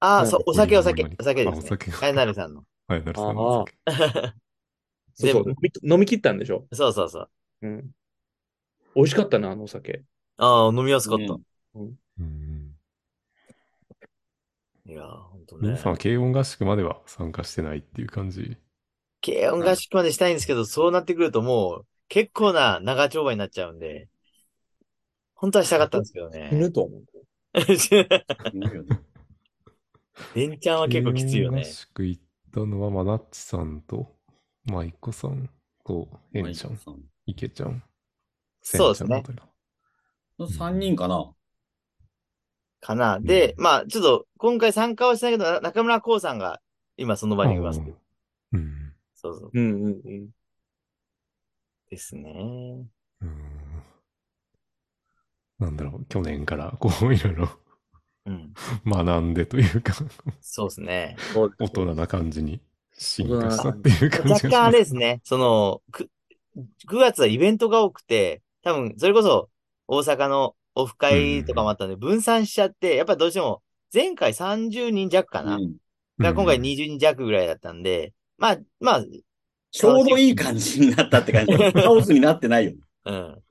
S4: あ
S3: は
S4: あ、
S3: い
S4: そう、お酒、お酒
S1: あ、
S4: お酒です
S1: お
S4: ね。
S1: 酒が
S4: かえなるさんの。
S1: はい、なるさんのお酒
S3: う。そうそう
S4: で
S3: 飲み飲み切ったんでしょ
S4: そうそうそう。
S3: うん。美味しかったな、あのお酒。
S4: ああ、飲みやすかった。
S2: うん
S1: うん。
S4: いやー、ほんと
S1: 皆
S4: ね。
S1: さんは軽音合宿までは参加してないっていう感じ。
S4: 軽音合宿までしたいんですけど、そうなってくるともう、結構な長丁場になっちゃうんで、本当はしたかったんですけど
S3: 死
S4: ね。
S3: ぬと思う。
S4: レンちゃんは結構きつい
S1: 軽
S4: よ
S1: 音
S4: ね
S1: 合。宿行ったのは、まなっちさんと、まいこさんと、えんちゃん、いけちゃん。
S4: そうです
S1: せ
S4: ね
S1: んちゃんあたり
S2: の3人かな。
S4: かな。で、まあ、ちょっと、今回参加はしないけど、な中村光さんが、今その場にいますけど。
S1: うんうん。
S4: そうそう。
S3: うんうんうん。
S4: ですね。
S1: うーんなんだろう、去年からこういろいろ
S4: うん。
S1: 学んでというか、
S4: そうですね。
S1: 大人な感じに進化したっていう感じがし
S4: 若干
S1: ま
S4: あ
S1: す
S4: れですね、その、く、9月はイベントが多くて、多分、それこそ、大阪のオフ会とかもあったんで、分散しちゃって、やっぱどうしても、前回30人弱かな。
S2: うん
S4: が今
S1: う
S4: 回
S1: ん
S4: 20人弱ぐらいだったんで、まあ、ま
S2: ちょうどいい感じになったって感じ。カオスになってないよ。
S4: あ、うん。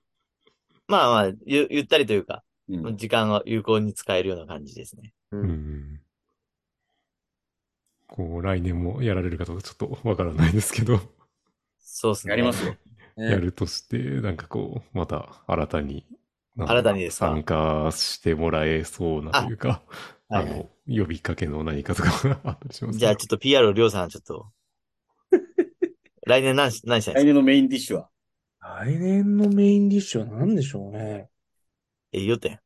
S4: まあまあ、ゆ、ゆったりというか、
S2: うん
S4: 時間を有効に使えるような感じですね。
S3: う。
S1: うんんこう、来年もやられるかどうかちょっとわからないですけど、
S4: そうですね。
S2: やりますよ。
S3: ね
S1: やるとして、なんかこう、また新たに、なんだろう
S4: 新たにですか
S1: 参加してもらえそうなというか、あ
S4: あはいはい
S1: の、呼びかけの何かと かあったりします
S4: じゃあ、ちょっと PR をりょうさん、ちょっと。来年何し、何したいんで
S2: 来
S4: すか
S2: 年のメインディッシュは。
S3: 来年のメインディッシュは何でしょうね。
S4: え、予定。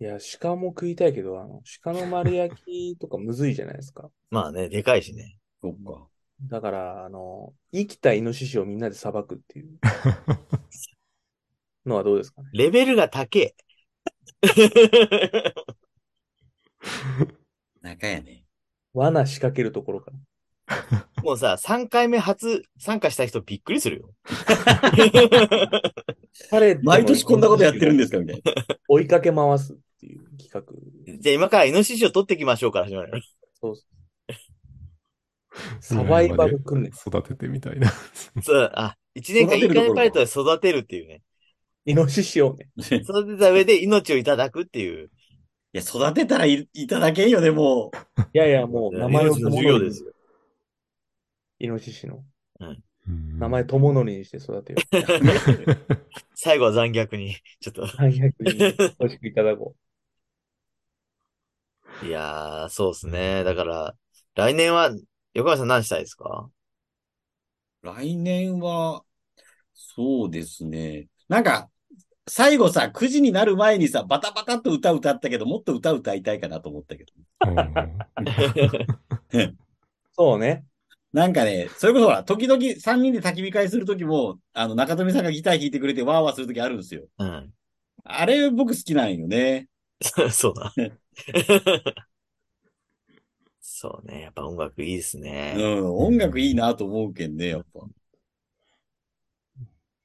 S3: いや、鹿も食いたいけど、あの、鹿の丸焼きとかむずいじゃないです か。
S4: まあね、でかいしね。
S2: そっか。
S3: だから、あの、生きたイノシシをみんなで捌くっ ていうのはどうですかね。
S4: レベルが高え。
S2: 中やね。
S3: 罠仕掛けるところから。
S4: もうさ、3回目初参加した人びっくりするよ。
S3: 彼
S2: 毎年こんなことやってるんですかみたいな。
S3: 追いかけ回すっていう企画。
S4: じゃあ今からイノシシを取ってきましょうから始まるよ。
S3: そう そう。サバイバル訓練。
S1: 育ててみたいな。
S4: そう、あ、1年間イ
S2: 育て
S4: ン
S2: るとこ
S4: カネ
S2: ろ
S4: パレットで育てるっていうね。
S3: イノシシをね。
S4: 育てた上で命をいただくっていう。
S2: いや、育てたらいいただけんよね、も
S3: いやいや、もう名前を
S4: 命の授業です
S3: よ。イノシシの。
S1: う名
S3: 名前友則にして育てよう。
S4: 最後は残虐に、 ちょっと。
S3: 最悪に美味しくいただこ
S4: いやー、そうですね。だから、来年は、横山さん何したいですか
S2: 来年は、そうですね。なんか、最後さ、9時になる前にさ、バタバタっと歌歌ったけど、もっと歌歌いたいかなと思ったけど。
S3: う。 そうね。
S2: なんかね、それこそほら、時々3人で焚き火会するときも、あの、中富さんがギター弾いてくれてワーワーするときあるんですよ。
S4: うん。
S2: あれ、僕好きなんよね。
S4: そ うだ。そうね。やっぱ音楽いいです
S2: う
S4: ね。
S2: ん、音楽いいなと思うけんね、やっぱ。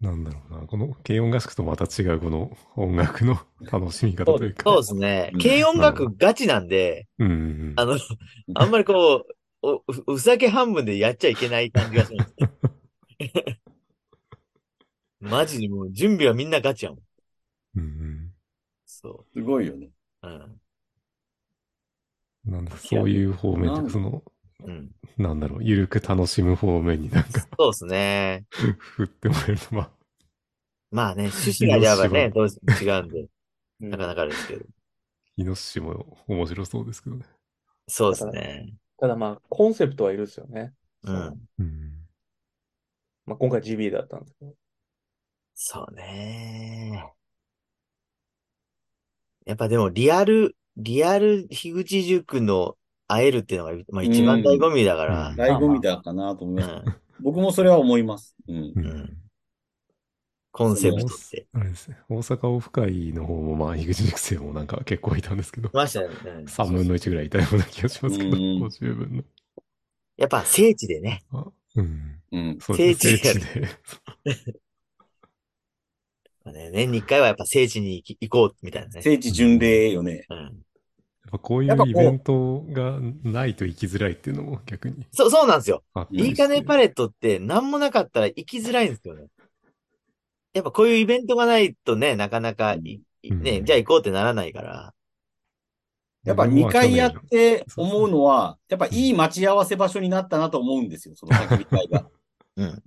S1: なんだろうな、この軽音合宿とまた違うこの音楽 の楽しみ方というか。
S4: そうですね
S2: う。ん
S4: 軽音楽ガチなんで、
S1: うんうん
S4: あの、あんまりこう、お、ふふざけ半分でやっちゃいけない感じがします。 マジでもう準備はみんなガチやもん。
S1: うん。うん
S4: そ
S2: すごいよね。
S4: う。うん。
S1: うん。なんだ、そういう方面
S2: なん
S1: で、その、
S4: うん。
S1: なんだろう、ゆるく楽しむ方面になんか
S4: そうですね。
S1: 振ってもらえると、まあ、
S4: まあね、趣旨がやばね、どうし違うんで、
S3: うん
S4: なかなかですけど。
S1: イノシシも面白そうですけどね。
S4: そうですね。
S3: ただまあ、コンセプトはいるですよね。
S4: う
S3: その
S4: ん。
S1: うん。
S3: まあ、今回 GB だったんですけど。
S4: そうね。やっぱでもリアル、リアル樋口塾の会えるっていうのが、まあ一番醍醐味だから。
S1: うん
S2: 醍醐味だかなと思います。
S4: うん
S2: 僕もそれは思います。うん。
S1: うん
S4: うんコンセプトって。
S1: あれですね。大阪オフ会の方も、まあ、樋口塾生もなんか結構いたんですけど、
S4: ましたね。うん
S1: 3分の1ぐらいいたような気がしますけど、
S2: うん
S1: 50分の。
S4: やっぱ聖地でね。
S1: あうん。
S2: うん。
S1: そうですね
S4: 聖地
S1: 聖地で。
S4: まあね年に一回はやっぱ聖地に行き行こうみたいなね。
S2: 聖地巡礼よね。
S4: うん
S1: やっぱこうい
S2: やっぱ
S1: う
S2: こう
S1: イベントがないと行きづらいっていうのも逆に
S4: そう、そうなんですよ。
S1: あったりして
S4: いいかねパレットって何もなかったら行きづらいんですよね。やっぱこういうイベントがないとね、なかなかい、い
S1: うん
S4: ね、じゃあ行こうってならないから。
S2: やっぱ2回やって思うのは、やっぱいい待ち合わせ場所になったなと思うんですよ、その焚き火会が。
S4: うん。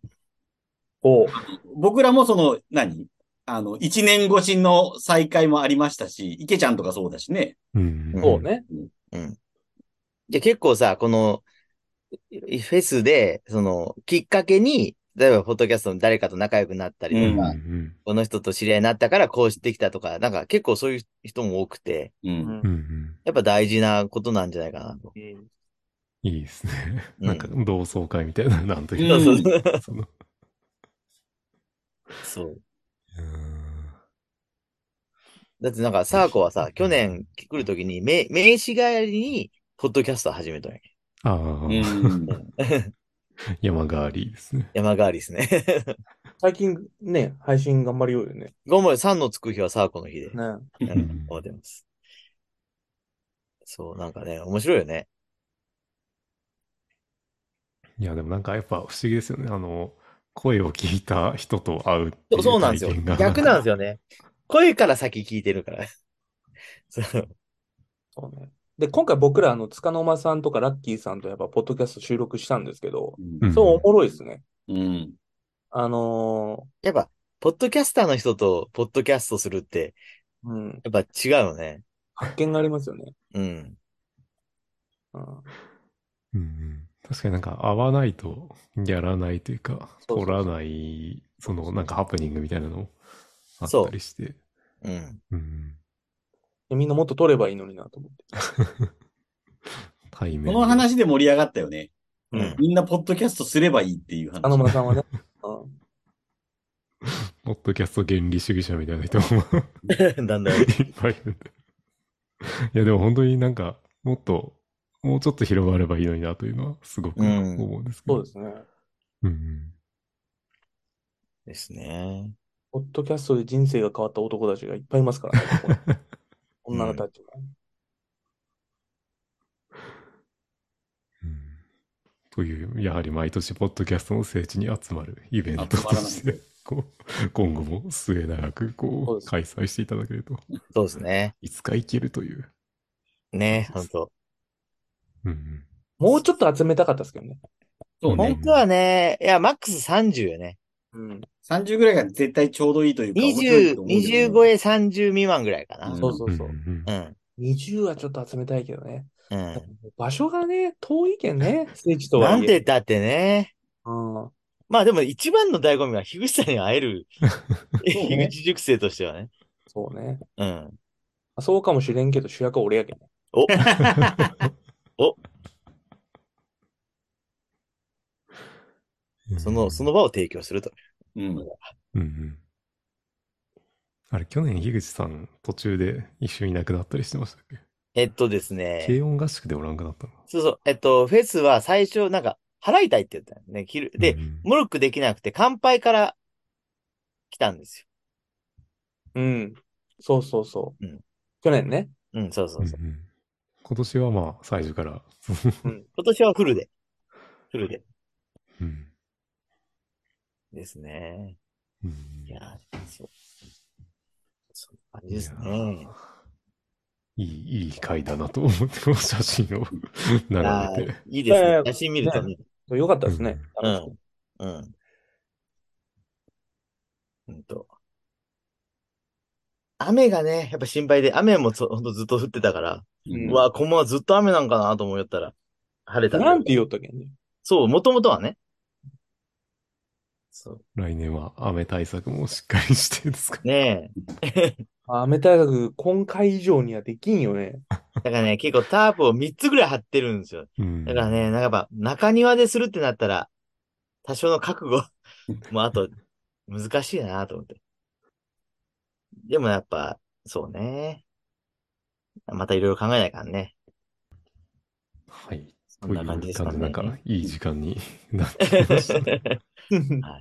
S3: お
S2: 僕らもその、何あの、1年越しの再会もありましたし、池ちゃんとかそうだしね。
S1: うん。
S3: そうね。
S4: じゃあ結構さ、この、いフェスで、その、きっかけに、例えば、ポッドキャストの誰かと仲良くなったり
S1: うん。
S4: と
S1: うん
S4: か、
S1: うん
S4: この人と知り合いになったからこうしてきたとか、なんか結構そういう人も多くて、
S2: う。
S3: うんん
S1: うんうん。
S4: やっぱ大事なことなんじゃないかなと。
S3: うん
S1: いいですね。
S4: うん
S1: なんか同窓会みたいな、なんという
S2: うん
S1: か、
S4: そうそうそう。
S1: その、
S4: そう。
S1: うん
S4: だってなんか、サーコはさ、去年来るときに、名、名刺代わりに、ポッドキャストを始めたんや。
S1: ああ、
S2: うん。
S1: 山がありですね。
S4: 山代わりですね。
S3: 最近ね、配信頑張りようよね。
S4: ごめん、3のつく日はサーコの日で、
S3: ね。
S4: うんん、思ってます。そう、なんかね、面白いよね。
S1: いや、でもなんかやっぱ不思議ですよね。あの、声を聞いた人と会うってい
S4: そううそうなんですよ
S1: 体験が。
S4: 逆なんですよね。声から先聞いてるから。 そう。
S3: そうね。で、今回僕ら、あの、つかの間さんとかラッキーさんとやっぱ、ポッドキャスト収録したんですけど、
S1: うん
S3: そうおもろいですね。
S2: うん。
S3: あの
S4: やっぱ、ポッドキャスターの人と、ポッドキャストするって、
S3: ーうん、
S4: やっぱ違うよね。
S3: 発見がありますよね。
S4: うん。
S3: う
S1: う
S3: ん
S1: んうん確かになんか会わないとやらないというか、
S3: そうそう
S1: 取らない、そのなんかハプニングみたいなのあっ
S4: そう
S1: たりして。
S4: うん。
S1: うん
S3: でみんなもっと撮ればいいのになと思って。
S1: 対面で
S2: この話で盛り上がったよね。
S3: う
S4: うん
S3: ん。
S2: みんなポッドキャストすればいいっていう話。
S3: あの村さんはね。うん
S1: ポッドキャスト原理主義者みたいな人も
S4: だんだん。
S1: いっぱいいるんで。いや、でも本当になんか、もっと、もうちょっと広がればいいのになというのはすごく
S4: うん
S1: 思うんですけど。
S3: そうですね。
S1: うんうん
S4: ですね。
S3: ポッドキャストで人生が変わった男たちがいっぱいいますからね。ここに女の子たちが。
S1: うんという、やはり毎年、ポッドキャストの聖地に集まるイベント
S2: 集ま
S1: と
S2: らない
S1: して、こう今後も末永く
S3: そう
S1: こ
S3: で
S1: う
S3: す
S1: 開催していただけると、
S4: そうですね。
S1: いつか行けるという。
S4: ね、ほんと。
S1: うん
S3: もうちょっと集めたかったですけどね。
S2: そうね。
S4: 本当はね、いや、マックス30よね。
S3: うん。
S2: 30ぐらいが絶対ちょうどいいというか。
S4: 20、20超
S2: 円。
S4: え30未満ぐらいかな。
S2: うん
S3: そうそうそうう。
S1: ん
S4: うん。
S3: 20はちょっと集めたいけどね。
S4: うん。
S3: 場所がね、遠いけんね、聖地とは
S4: ない
S3: え
S4: んて言ったってね。
S3: うん。
S4: まあでも一番の醍醐味は樋口さんに会える。
S2: う
S4: 樋
S2: ね
S4: 口塾生としてはね。
S3: そうね。
S4: うん。
S3: そうかもしれんけど、主役は俺やけんね。
S1: うん
S4: その、その場を提供すると。
S2: うん。
S1: うんうん。あれ、去年、樋口さん、途中で一緒にいなくなったりしてましたっけ
S4: えっとですね。
S1: 軽音合宿でおらんくなったの
S4: そうそう。えっと、フェスは最初、なんか、払いたいって言ったよね。切る。で
S1: う、ん
S4: モルックできなくて、乾杯から来たんです
S3: うん。そうそうそう。
S4: うん
S3: 去年ね。
S4: よ。うん、そうそううんそう。
S1: うん今年はまあ、最初から。
S4: 今年はフルで。フルで。
S1: うん
S4: ですね。
S1: うん
S4: いやー、そう。そんな感じですね。
S1: いい、いい回だなと思って、写 真を
S4: あ
S1: 眺
S4: ー
S1: めて。
S4: いいです
S3: いやい
S4: ね
S3: や。
S4: 写真見るとね。
S3: よかったですね。
S4: うん
S3: 楽しくて
S4: うん。うんと。雨がね、やっぱ心配で、雨もそほんとずっと降ってたから、
S2: う
S4: うん
S3: ん
S4: わあ、こんばんはずっと雨なんかなと思いよったら、晴れたね
S3: なんて言おったけんね。
S4: そう、もともとはね。そ
S1: 来年は雨対策もしっかりしてですか
S4: う。ねえ。
S3: 雨対策、今回以上にはできんよね。
S4: だからね、結構タープを3つぐらい張ってるんですよ。
S1: うん
S4: だからね、なんかやっぱ中庭でするってなったら、多少の覚 悟もあと、難しいなと思って。でもやっぱ、そうね。またいろいろ考えないからね。
S1: はい。
S4: そ
S1: と
S4: ん
S1: いう
S4: な感
S1: 感じ
S4: じで
S1: で、
S4: すかね。
S1: なんか、いい時間に なってきま した。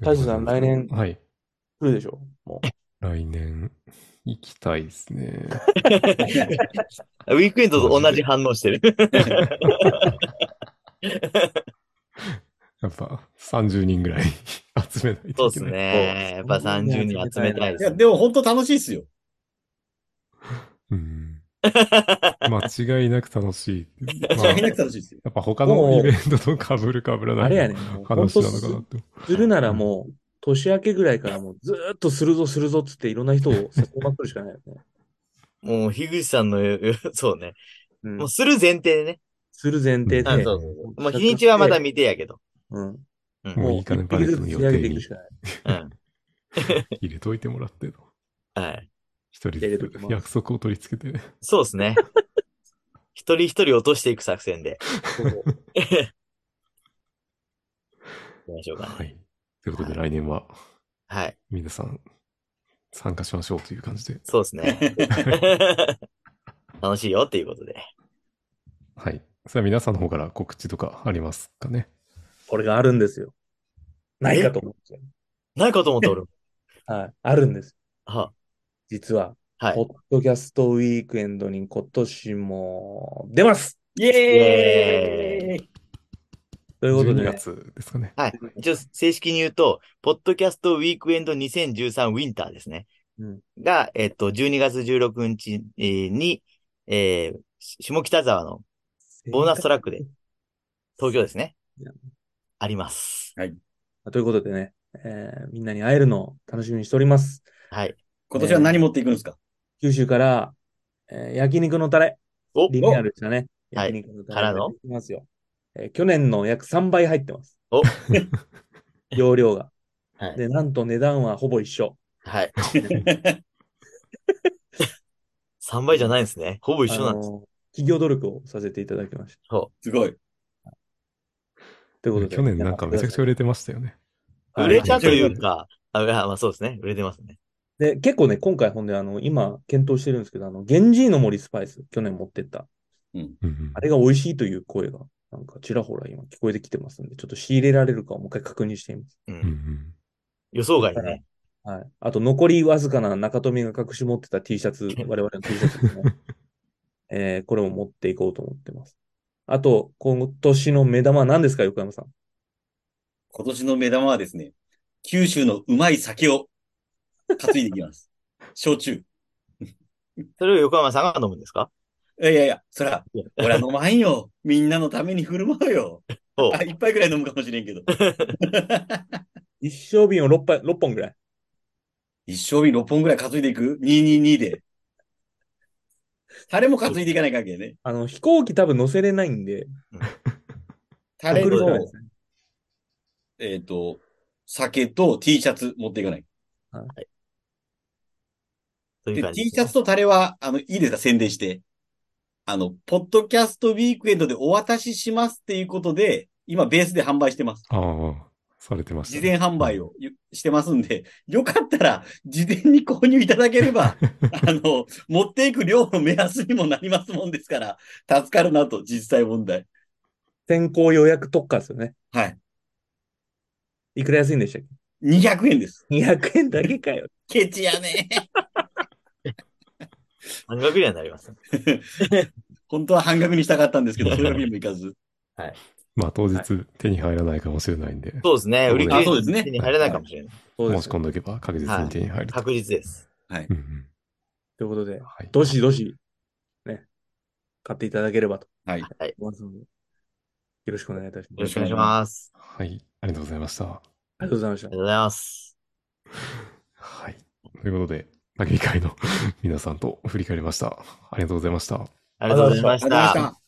S3: 大志さん来年
S1: はい。
S3: 来るでしょも
S1: 来年、行きたいですね。
S4: ウィークエンドと同じ反応してる。
S1: やっぱ、30人ぐらい 集めないと
S4: そう
S1: いけ
S4: です
S1: ない。
S4: ね。やっぱ30人集めたいで
S2: い
S4: す
S2: や、
S4: ね。
S2: でも本当楽しいですよ。
S1: うん。間違いなく楽しい。まあ
S2: 間違いなく楽しいですよ。
S1: やっぱ他のイベントと被る被ら
S3: う。
S1: ない。
S3: あれやね。もう本
S1: 話
S3: 当
S1: なのかなっ
S3: す
S1: て。
S3: するならもう、年明けぐらいからもうずーっとするぞするぞっつっていろんな人を誘いまくるしかないよね。
S4: もう、樋口さんの、そうね。
S3: うん
S4: もうする前提でね。
S3: する前提で。
S1: あ
S4: うん、そうそうそう。もう日にちはまだ見てやけど。
S3: うん。
S4: うん。
S1: もういいかねバレても
S3: 一匹ずつ
S1: 予
S3: 仕上げ
S1: 定
S3: ていく
S1: に
S3: しかない。
S4: うん。
S1: 入れといてもらってと。
S4: はい。
S1: 一人
S3: 入れ
S1: ず
S3: と
S1: つ
S3: きます
S1: 約束を取り付けて。
S4: そうですね。 一人一人落としていく作戦で。
S3: そう
S4: 行きまし ょうかね。
S1: はい。ということで来年は
S4: はい。
S1: 皆さん参加しましょうという感じで。
S4: そうですね。 楽しいよっていうことで。
S1: はい。それは皆さんの方から告知とかありますかね。
S3: これがあるんですよ。ないかと思って。
S4: ないかと思っておる。
S3: はい。あるんです。
S4: は、
S3: 実は、
S4: はい
S3: ポ。ッドキャストウィークエンドに今年も出ます
S2: イエーイ
S3: ということ
S1: 12
S3: で、
S1: 月ですかね。
S4: 一応、正式に言うと、ポッドキャストウィークエンド2013ウィンターですね。
S3: うん
S4: が、えっと、12月16日えーに、えーし下北沢のボーナストラックで、東京ですね
S3: いや。
S4: あります。
S3: ということでね、えーみんなに会えるのを楽しみにしております。
S4: はい。
S2: 今年は何持っていくんですか
S3: 九州から、えー焼肉のタレ、
S4: お
S3: リニューアルしたね。
S4: はい
S3: 焼肉のタレ
S4: からの
S3: いきますよ、えー去年の約3倍入ってます。
S4: お
S3: 容量が。
S4: はい。
S3: で、なんと値段はほぼ一緒。
S4: はい。3倍じゃないんですね。ほぼ一緒なんです。
S3: あの企業努力をさせていただきました。
S2: すごい。
S3: ということで。
S1: 去年なんかめちゃくちゃ売れてましたよね。
S4: 売れたとい
S3: は
S4: うか、あ、いやまあそうですね。売れてますね。
S3: で、結構ね、今回ほんで、あの、今、検討してるんですけど、あの、ゲンジーの森スパイス、去年持ってった。
S1: うんうん
S3: あれが美味しいという声が、なんか、ちらほら今聞こえてきてますんで、ちょっと仕入れられるかをもう一回確認しています。
S4: う。
S1: うんうんん
S4: 予想外ね。
S3: はい。あと、残りわずかな中富が隠し持ってた T シ ャツ、我々の T シャツですね。えー、これも持っていこうと思ってます。あと、今年の目玉は何ですか、横山さん。
S2: 今年の目玉はですね、九州のうまい酒を担いでいきます。焼酎。
S4: それを横山さんが飲むんですか
S2: いやいや、そら、俺は飲まんよ。みんなのために振る舞うよ。
S4: お
S2: あ、一杯ぐらい飲むかもしれんけど。
S3: 一生瓶を6杯、六本ぐらい。
S2: 一生瓶6本ぐらい担いでいく ?222 で。タレも担いでいかないかけね。
S3: あの、飛行機多分乗せれないんで、
S2: タレ
S3: 送るしかない
S2: と
S3: で、すね。
S2: えっ、と、酒と T シャツ持っていかない。
S4: という
S2: で、
S4: 感じ
S2: T
S4: で
S2: シャツとタレは、あの、いいですか宣伝して。あの、ポッドキャストウィークエンドでお渡ししますっていうことで、今ベースで販売してます。
S1: ああ、されてました
S2: 事
S1: ね、
S2: 前販売をゆしてますんで、よかったら事前に購入いただけれ ば、あの、持っていく量の目安にもなりますもんですから、助かるなと、実際問題。
S3: 先行予約特化ですよね。
S2: はい。
S3: いくら安いんでしたっ
S2: 200円です。
S3: け ?200 円だけかよ。
S2: ケチやね。
S4: 半額ぐらいになります。
S2: 本当は半額にしたかったんですけど、そういうわけにもいかず。
S1: まあ当日手に入らないかもしれないんで、
S4: そうですね。売り切
S2: あ
S4: れ
S2: そうですね
S4: 手に入らないかもしれない。
S3: そうで
S1: 申
S3: す
S1: し込んでおけば確実に手に入ると。
S4: 確実です。
S1: うんうん
S3: ということで、
S1: はい、
S3: どしどし、ね、買っていただければと
S2: はい。
S3: 思いますので、よろしくお願いいたします。
S4: よろしくお願いします。
S1: はい。ありがとうございました。
S3: ありがとうございました
S4: ありが。とうございます。
S1: はい。ということで、 焚き火会の皆さんと振り返りました。ありがとうございました。
S4: ありがとうございまし
S2: ありがとうございま
S4: た
S2: し。た。